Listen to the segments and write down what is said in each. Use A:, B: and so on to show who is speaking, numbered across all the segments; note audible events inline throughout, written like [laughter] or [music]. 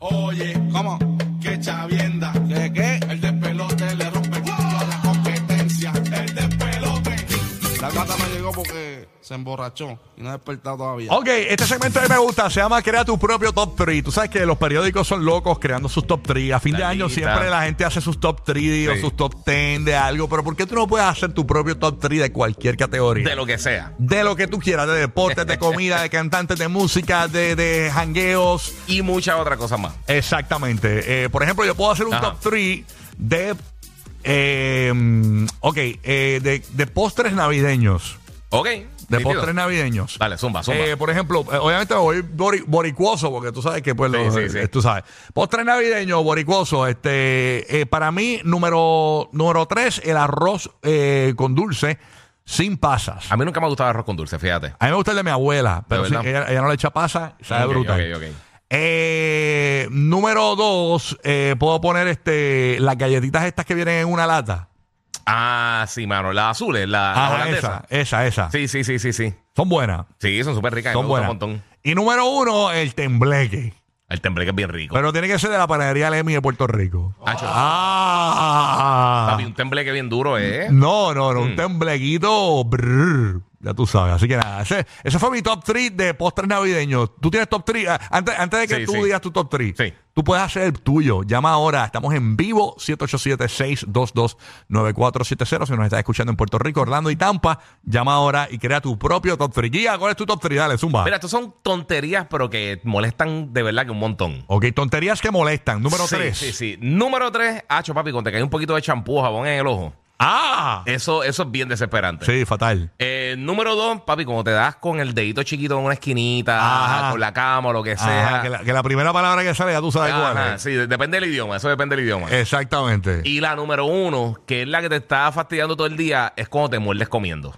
A: Oye, ¿cómo? Qué chavienda. ¿Qué, qué? El despelote le rompe el culo a la competencia. El despelote. La gata me llegó porque se emborrachó y no ha despertado todavía.
B: Ok, este segmento de me gusta se llama Crea tu propio top 3. Tú sabes que los periódicos son locos creando sus top 3. A fin de
C: La
B: año
C: lista.
B: siempre la gente hace sus top 3 o
C: Sí.
B: sus top 10 de algo, pero ¿por qué tú no puedes hacer tu propio top 3 de cualquier categoría?
C: De lo que sea.
B: De lo que tú quieras, de deportes, de comida,
C: [laughs]
B: de cantantes, de música, de, de jangueos.
C: Y muchas otras cosas más.
B: Exactamente. Eh, por ejemplo, yo puedo hacer un
C: Ajá.
B: top 3 de. eh, mm, ok, eh, de, de postres navideños.
C: Ok.
B: De
C: nítido.
B: postres navideños.
C: Dale, zumba, zumba.
B: Eh, por ejemplo, eh, obviamente me voy bori- boricuoso, porque tú sabes que pues
C: Sí,
B: los-
C: sí, sí.
B: eh, tú sabes. Postres navideños, boricuoso, este, eh, para mí, número, número tres, el arroz eh, con dulce sin pasas.
C: A mí nunca me ha gustado el arroz con dulce, fíjate.
B: A mí me gusta el de mi abuela, pero
C: ¿De
B: sí,
C: verdad?
B: ella, ella no le echa pasa, sabe
C: Ok,
B: brutal.
C: ok, ok.
B: Eh, número dos, eh, puedo poner este las galletitas estas que vienen en una lata.
C: Ah, sí, mano. Ah, Las azules, la, la
B: Ajá,
C: holandesa.
B: esa, esa, esa.
C: Sí, sí, sí, sí, sí.
B: Son buenas.
C: Sí, son súper ricas.
B: Son
C: me gusta
B: buenas.
C: un montón.
B: Y número uno, el tembleque.
C: El tembleque es bien rico.
B: Pero tiene que ser de la panadería Lemi de Puerto Rico.
C: Hacho,
B: Ah,
C: papi, un tembleque bien duro, ¿eh?
B: no, no, no, un temblequito. brr, ya tú sabes. Así que nada, ese, ese fue mi top 3 de postres navideños. Tú tienes top 3. Antes, antes de que
C: Sí,
B: tú
C: sí.
B: digas tu top 3,
C: Sí.
B: tú puedes hacer el tuyo. Llama ahora. Estamos en vivo, 787-622-9470. Si nos estás escuchando en Puerto Rico, Orlando y Tampa, llama ahora y crea tu propio top 3. Guía, ¿cuál es tu top 3? Dale, zumba.
C: Mira, estos son tonterías, pero que molestan de verdad que un montón.
B: Ok, tonterías que molestan. Número
C: Sí,
B: 3.
C: Sí, sí. Número 3, Hacho, papi, cuando te cae un poquito de champú o jabón en el ojo.
B: Ah,
C: Eso, eso es bien desesperante.
B: sí, fatal.
C: Eh, número 2, papi, cuando te das con el dedito chiquito en una esquinita,
B: Ajá.
C: con la cama o lo que sea.
B: Ajá, que, la, que la primera palabra que sale ya tú sabes
C: Ajá,
B: cuál es. eh.
C: sí, de- depende del idioma, eso depende del idioma.
B: Exactamente.
C: Y la número uno, que es la que te está fastidiando todo el día, es cuando te muerdes comiendo.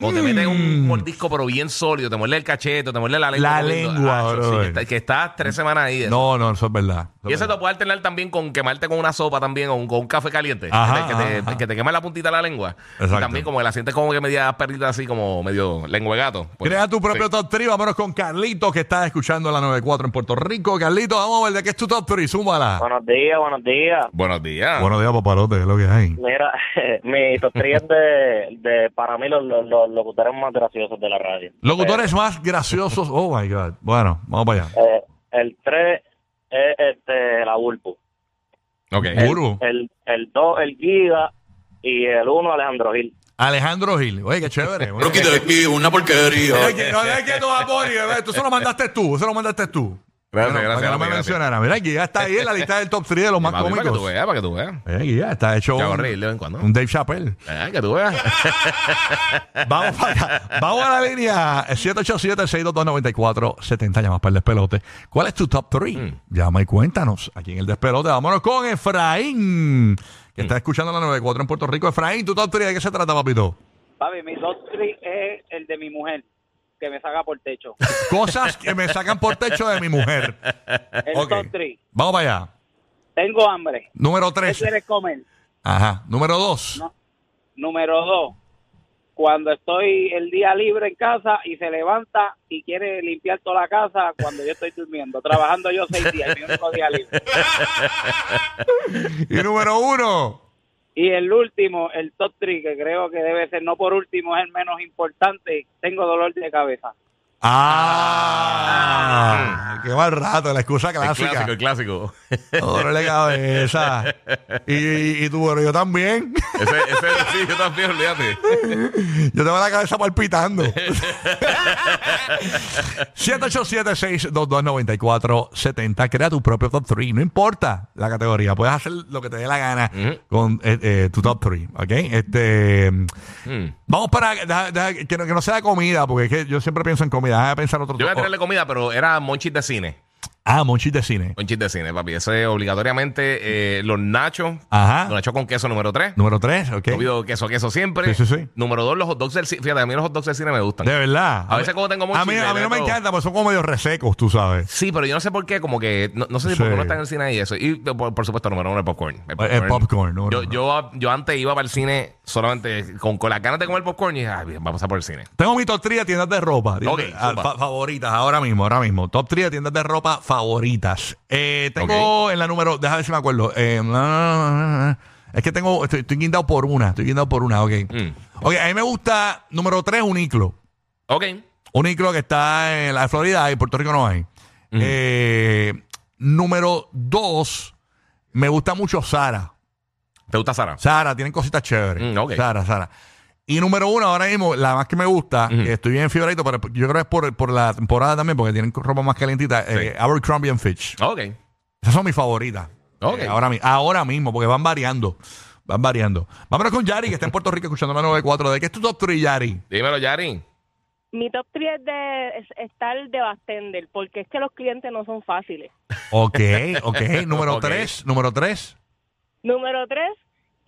C: Cuando te metes un mordisco, pero bien sólido, te muerde el cachete, te muerde la lengua.
B: Mm. La
C: comiendo.
B: lengua,
C: Ah, eso sí,
B: brother.
C: que, está- que estás tres semanas ahí. eso.
B: no, no, eso es verdad. eso
C: y
B: es
C: eso
B: verdad.
C: te puede alternar también con quemarte con una sopa también o un- con un café caliente.
B: Ajá,
C: que, te,
B: ajá.
C: que te quema la puntita de la lengua.
B: Exacto.
C: Y también como que la sientes como que media perrita así, como medio lengua de gato. Pues,
B: Crea tu propio
C: sí.
B: top 3. Vámonos con Carlito, que está escuchando la 94 en Puerto Rico. Carlito, vamos a ver de qué es tu top 3. Súmala.
D: Buenos días, buenos días.
C: Buenos días.
B: Buenos días, paparote, que es lo que hay.
D: Mira, [laughs] mi top three es de, de, para mí, los, los, los locutores más graciosos de la radio.
B: Locutores más graciosos. Oh my God. Bueno, vamos para allá.
D: Eh, el 3 es este, la Bulbo.
C: Ok.
B: Guru.
D: El 2, el, dos, el Giga. Y el 1, Alejandro Gil.
B: Alejandro Gil. Oye, qué
C: [laughs]
B: chévere. Oye,
E: Pero
B: [laughs]
E: quita de aquí, una porquería.
B: Es que no es que no va por ahí, Tú se lo mandaste tú. Eso lo mandaste tú.
C: Gracias,
B: Bueno,
C: gracias,
B: Para que no me
C: papi, gracias.
B: mencionara. Mira, aquí ya está ahí en la lista del top 3 de los más
C: Papi, para que tú
B: cómicos.
C: veas, para que tú veas.
B: Eh, Guía, está hecho
C: Te hago
B: un,
C: reír de vez en cuando.
B: un Dave Chappelle.
C: Ah, que tú veas.
B: [laughs] Vamos para acá. Vamos a la línea 787-622-9470. Llamas para el despelote. ¿Cuál es tu top 3? Llama y cuéntanos aquí en el despelote. Vámonos con Efraín, que está escuchando la 94 en Puerto Rico. Efraín, ¿tu top 3 de qué se trata, papito?
F: Papi, mi top three es el de mi mujer, que me saca por techo.
B: Cosas que me sacan por techo de mi mujer.
F: El
B: Ok.
F: top three.
B: Vamos para allá.
F: Tengo hambre.
B: Número
F: ¿Qué
B: 3.
F: quieres comer?
B: Ajá. Número 2.
F: No. Número dos. Cuando estoy el día libre en casa y se levanta y quiere limpiar toda la casa cuando yo estoy durmiendo, trabajando yo seis días, mi único día libre.
B: Y número 1.
F: Y el último, el top three, que creo que debe ser no por último, es el menos importante, tengo dolor de cabeza.
B: Ah, qué mal rato, la excusa
C: El
B: clásica.
C: clásico, el clásico. ese,
B: Dolor de cabeza. Y, y, y tú, bueno, yo también.
C: ese [laughs] sí, yo también, olvídate.
B: Yo tengo la cabeza
C: [laughs]
B: palpitando. 787-622-9470. Crea tu propio top 3. No importa la categoría. Puedes hacer lo que te dé la gana con eh, eh, tu top 3. ¿Ok? Este,
C: Mm.
B: Vamos para. deja- deja- que, no, que no sea comida, porque es que yo siempre pienso en comida. Déjame pensar otro
C: Yo voy a
B: top-
C: tenerle comida, pero era monchis de cine.
B: Ah, monchis de cine.
C: Monchis de cine, papi. Eso es obligatoriamente eh, los nachos.
B: Ajá.
C: Los nachos con queso número 3.
B: Número 3. ¿Ok? De
C: Obvio, queso, queso siempre.
B: Sí, sí, sí.
C: Número 2, los hot dogs del cine. Fíjate, a mí los hot dogs del cine me gustan.
B: verdad.
C: A veces como tengo
B: A
C: monchis,
B: mí,
C: le
B: a mí no me
C: meto-
B: encanta, porque son como medio resecos, tú sabes.
C: Sí, pero yo no sé por qué, como que no, no sé
B: Sí.
C: si
B: Eh,
C: por qué no están en el cine y eso. Y por, por supuesto, número uno, el popcorn.
B: El popcorn, número
C: Pues, yo,
B: uno.
C: yo, yo antes iba para el cine solamente con, con las ganas de comer popcorn y dije, ah, bien, vamos a por el cine.
B: Tengo mi top 3 de tiendas de ropa.
C: Ok,
B: Ah,
C: zumba.
B: fa- favoritas, ahora mismo, ahora mismo. Top 3 de tiendas de ropa favoritas. Eh, tengo en la número, déjame ver si me acuerdo. Eh, na, na, na, na. es que tengo, estoy, estoy guindado por una, estoy guindado por una, ok.
C: Mm.
B: Ok, a mí me gusta, número 3, Uniqlo.
C: Ok.
B: Uniclo que está en la Florida y en Puerto Rico no hay.
C: Mm.
B: Eh, número 2, me gusta mucho Sara.
C: ¿Te gusta Sara?
B: Sara, tienen cositas chéveres.
C: Mm, ok.
B: Sara, Sara. Y número uno, ahora mismo, la más que me gusta,
C: Ujú.
B: que estoy bien fibradito, pero yo creo que es por, por la temporada también, porque tienen ropa más calentita, eh, Abercrombie and Fitch.
C: Ok.
B: Esas son mis favoritas.
C: Ok.
B: Eh, ahora, mi- ahora mismo, porque van variando. Van variando. Vámonos con Yari, que está en Puerto Rico escuchando la 94. ¿De qué es tu top 3, Yari?
C: Dímelo, Yari.
G: Mi top 3 es, de, es estar de bartender, porque es que los clientes no son fáciles.
B: Ok,
C: [laughs]
B: ok. Número
C: Ok.
B: 3, número 3.
G: Número 3,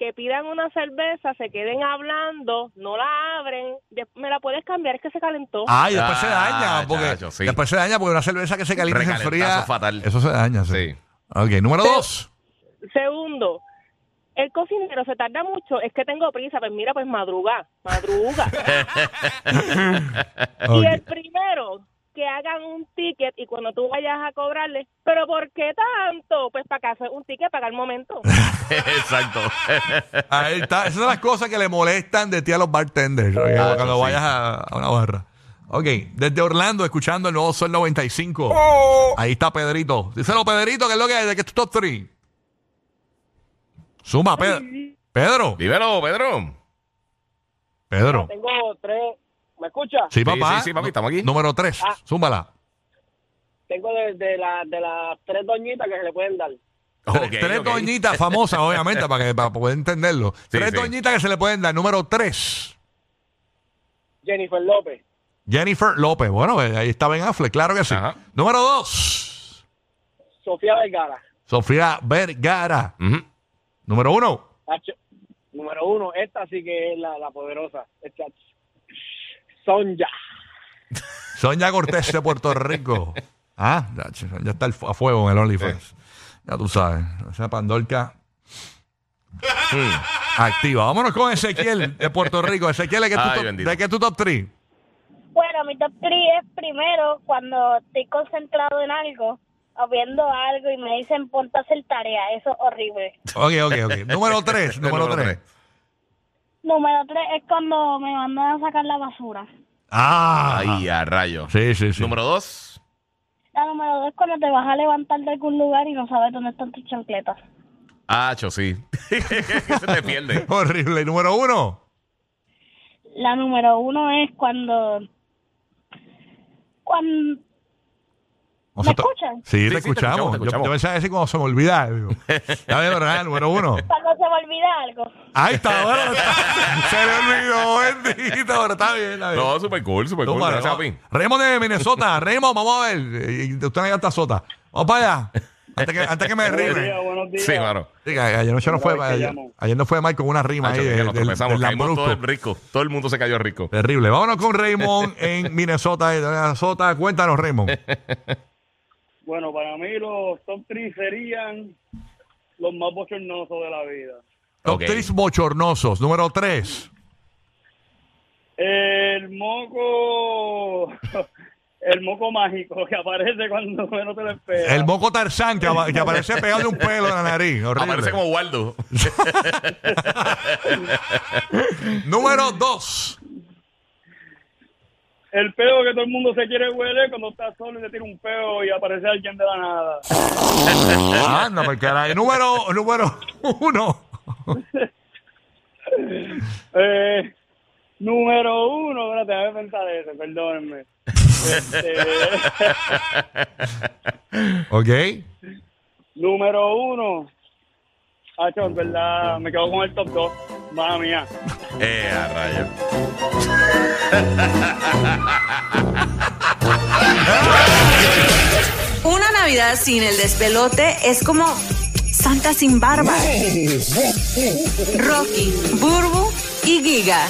G: que pidan una cerveza, se queden hablando, no la abren. de- ¿Me la puedes cambiar? Es que se calentó.
B: Ay, después
C: Ah,
B: se daña. Porque,
C: chacho, sí.
B: Después se daña porque una cerveza que se calienta y se
C: Recalentazo
B: enfría.
C: fatal.
B: Eso se daña, sí.
C: Sí.
B: Ok, número 2.
G: Segundo, el cocinero se tarda mucho, es que tengo prisa. Pues mira, pues madruga, madruga. Y el primero, que hagan un ticket y cuando tú vayas a cobrarle, ¿pero por qué tanto? Pues para que hacer un ticket, pagar el momento.
C: [laughs] Exacto.
B: Ahí Ah, está. Esas son las cosas que le molestan de ti a los bartenders. oye,
C: Ah,
B: cuando
C: sí.
B: vayas a, a una barra. Ok, desde Orlando, escuchando el nuevo Sol 95.
F: Oh.
B: Ahí está Pedrito. Díselo, Pedrito, que es lo que hay, de que es tu top 3. Suma, Pedro. Pedro.
C: Dímelo, Pedro.
B: Pedro.
F: Ah, Tengo tres. ¿Me escucha?
B: Sí, papá.
C: sí, sí, papi, estamos aquí.
B: Número 3.
F: Ah.
B: Súmala.
F: Tengo de, de, la, de las tres doñitas que se le pueden dar.
C: Ok,
B: Tres- tres
C: ok.
B: doñitas famosas, obviamente, para, que, para poder entenderlo.
C: Sí,
B: tres
C: sí.
B: doñitas que se le pueden dar. Número 3.
F: Jennifer López.
B: Jennifer López. Bueno, eh, ahí está Ben Affleck, claro que sí.
C: Ajá.
B: Número 2.
F: Sofía Vergara.
B: Sofía Vergara.
C: Ujú.
B: Número uno.
F: Hacho, Número uno, esta sí que es la, la poderosa. Esta, Sonja.
B: Sonia Cortés de Puerto Rico.
C: [laughs]
B: Ah, ya, che, ya está el fu- a fuego en el OnlyFans. Ya tú sabes. Esa pandorca. [laughs] Activa. Vámonos con Ezequiel de Puerto Rico. Ezequiel, ¿de qué es tu
C: Ay,
B: top-
C: bendito.
B: ¿de qué es tu top 3?
H: Bueno, mi top 3 es primero cuando estoy concentrado en algo o viendo algo y me dicen ponte a hacer tarea. Eso es horrible.
B: Ok, ok,
C: [laughs]
B: ok. Número 3. número
C: Número
B: 3.
H: Número 3 es cuando me mandan a sacar la basura.
B: Ah.
C: Ay, a rayo.
B: Sí, sí, sí.
C: Número dos.
H: La número 2 es cuando te vas a levantar de algún lugar y no sabes dónde están tus chancletas.
C: Ah, cho, sí. [laughs] Se
B: [laughs]
C: te pierde.
B: Horrible. ¿Y Número uno.
H: La número 1 es cuando... cuando ¿Me
B: Nosotros-
H: escuchan?
B: Sí, te
C: Sí, sí, te escuchamos,
B: escuchamos.
C: te
B: Yo-
C: escuchamos.
B: Yo pensaba decir cuando se me olvida. digo. Ya veo, ¿verdad? Número uno.
H: Cuando se me olvida algo.
B: Ahí está, bueno,
C: [laughs]
B: está- se le olvidó, bendito, pero está bien, está bien.
C: No, super cool, super cool.
B: Toma,
C: Gracias,
B: no.
C: papi.
B: Raymond de Minnesota, Raymond, vamos a ver. Y y usted no gasta sota. Vamos para allá. Antes que, antes que me rime.
F: buenos días.
C: Sí, claro.
B: Diga, ayer noche no fue.
F: Primera vez que
B: Ayer,
F: llamo.
B: ayer no fue mal con una rima
C: Ah,
B: ahí
C: cho, que
B: de,
C: nos
B: del-
C: tropezamos,
B: del
C: caímos
B: Lambrusco.
C: todo el rico. Todo el mundo se cayó rico.
B: Terrible. Vámonos con Raymond en Minnesota. en
C: [laughs]
B: Minnesota. Cuéntanos, Raymond.
F: Bueno, para mí los top 3 serían los más bochornosos de la vida.
B: Top
C: Ok.
B: tres bochornosos. Número 3.
F: El moco... [laughs] El moco mágico que aparece cuando menos te lo esperas.
B: El moco Tarzán que, apa- que aparece pegado de un pelo en la nariz. Horrible.
C: Aparece como Waldo.
B: Número 2.
F: el peo que todo el mundo se quiere huele cuando estás solo y te tira un peo y aparece alguien de la nada.
C: Eh.
B: Anda, por caray. Número, número uno.
F: Eh, número uno, espérate, déjame pensar ese,
C: [laughs]
F: perdónenme. Este,
B: ¿Ok?
F: número uno. Hacho, en verdad, me quedo con el top dos. Mala mía.
C: Eh, a rayos.
G: Una Navidad sin el despelote es como Santa sin barba. Rocky, Burbu y Giga.